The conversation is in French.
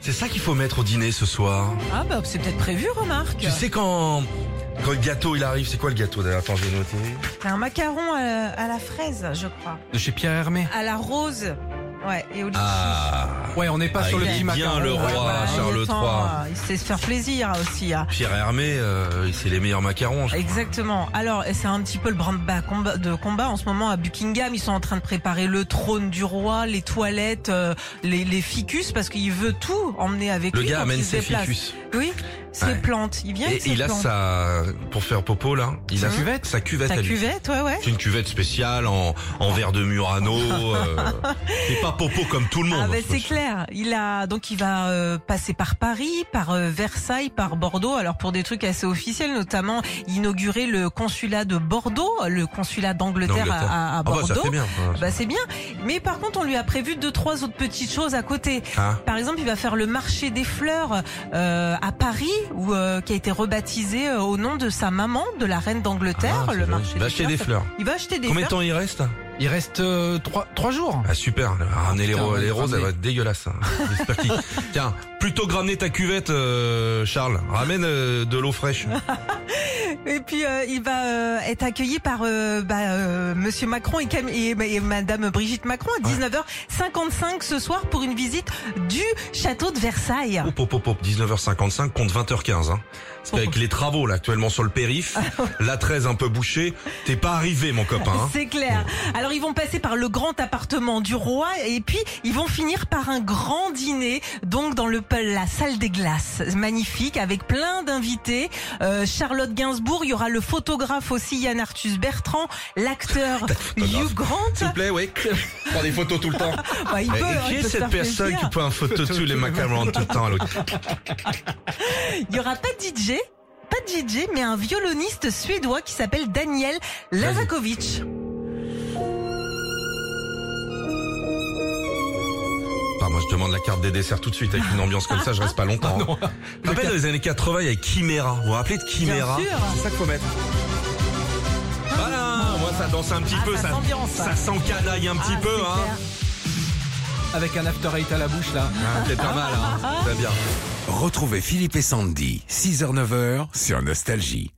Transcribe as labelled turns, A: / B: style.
A: c'est ça qu'il faut mettre au dîner ce soir.
B: Ah bah c'est peut-être prévu, remarque.
A: Tu sais quand quand le gâteau il arrive, c'est quoi le gâteau d'ailleurs Attends, je vais noter.
B: C'est un macaron à, la- à la fraise, je crois.
C: De chez Pierre Hermé.
B: À la rose. Ouais, et au litchi.
A: Ah,
C: Ouais, on n'est pas
A: Ah,
C: sur le
A: il est
C: petit
A: bien,
C: macaron.
A: le roi.
C: Ouais, voilà.
B: bah, il
A: Charles
B: attend,
A: III.
B: euh, Il sait se faire plaisir aussi. hein.
A: Pierre Hermé, euh, c'est les meilleurs macarons.
B: Ah,
A: je crois.
B: Exactement. Alors, et c'est un petit peu le branle-bas combat- de combat en ce moment à Buckingham. Ils sont en train de préparer le trône du roi, les toilettes, euh, les, les ficus, parce qu'il veut tout emmener avec
A: Le
B: lui.
A: gars
B: quand
A: amène
B: il se
A: ses
B: déplace.
A: ficus.
B: Oui, ses
A: Ouais.
B: plantes. Il vient
A: Et
B: avec ses
A: il a
B: plantes.
A: sa pour faire popo là, il a
B: Sa
C: cuvette
A: sa cuvette
B: Sa
A: à lui.
B: cuvette, ouais, ouais.
A: C'est une cuvette spéciale en, en verre de Murano. Euh, c'est pas popo comme tout le monde.
B: Ah ben c'est
A: Faut-
B: clair. Il a donc il va euh, passer par Paris, par euh, Versailles, par Bordeaux. Alors pour des trucs assez officiels, notamment inaugurer le consulat de Bordeaux, le consulat d'Angleterre
A: D'Angleterre.
B: à, à- à
A: Ah bah ça
B: Bordeaux.
A: fait bien.
B: Bah, c'est bien. Mais par contre, on lui a prévu deux trois autres petites choses à côté.
A: Ah.
B: Par exemple, il va faire le marché des fleurs euh, à Paris, où, euh, qui a été rebaptisé euh, au nom de sa maman, de la reine d'Angleterre.
A: Ah, c'est
B: le
A: joli.
B: marché
A: Va
B: des
A: acheter
B: fleurs.
A: des fleurs.
B: Il va acheter des
A: Combien de
B: fleurs.
A: temps il reste
C: Il reste euh, trois, trois jours.
A: Ah super, ramener les,
C: putain,
A: ro-
C: ouais,
A: les roses,
C: ramener.
A: elle va être dégueulasse. hein. J'espère qu'il- Tiens, plutôt que ramener ta cuvette, euh, Charles, ramène euh, de l'eau fraîche.
B: Et puis euh, il va euh, être accueilli par euh, bah, euh, Monsieur Macron et, Cam- et, bah, et Madame Brigitte Macron à 19h55 ce soir pour une visite du château de Versailles.
A: Hop, hop, hop, hop, 19h55 contre 20h15. Hein. Parce qu'avec les travaux là actuellement sur le périph, la 13 un peu bouchée, t'es pas arrivé mon copain. hein.
B: C'est clair. Alors ils vont passer par le grand appartement du roi et puis ils vont finir par un grand dîner donc dans le pa- la salle des glaces magnifique avec plein d'invités. Euh, Charlotte Gainsbourg, il y aura le photographe aussi Yann Arthus Bertrand, l'acteur
A: photographe.
B: Hugh Grant.
A: S'il te plaît, oui. Prends des photos tout le temps.
B: Bah, il
A: Eh,
B: peut, hein, il
A: qui est
B: peut se
A: cette
B: faire
A: personne
B: plaisir.
A: qui prend en photo tous les macarons tout le temps à l'autre
B: Il y aura pas de DJ, pas de DJ, mais un violoniste suédois qui s'appelle Daniel Lazakovic.
A: Enfin, moi, je demande la carte des desserts tout de suite avec une ambiance comme ça, je reste pas longtemps. hein. Rappelle dans les années 80, il y avait Chimera. Vous vous rappelez de Chimera
B: Bien sûr.
A: C'est ça qu'il faut mettre. Voilà, moi ça danse un petit
B: Ah,
A: peu,
B: ça s'ambiance.
A: ça s'encanaille un petit
B: Ah,
A: peu,
B: c'est
A: hein.
B: clair.
C: Avec un after eight à la bouche, là.
A: Hein, C'est pas mal, hein. Très bien.
D: Retrouvez Philippe et Sandy, 6h-9h sur Nostalgie.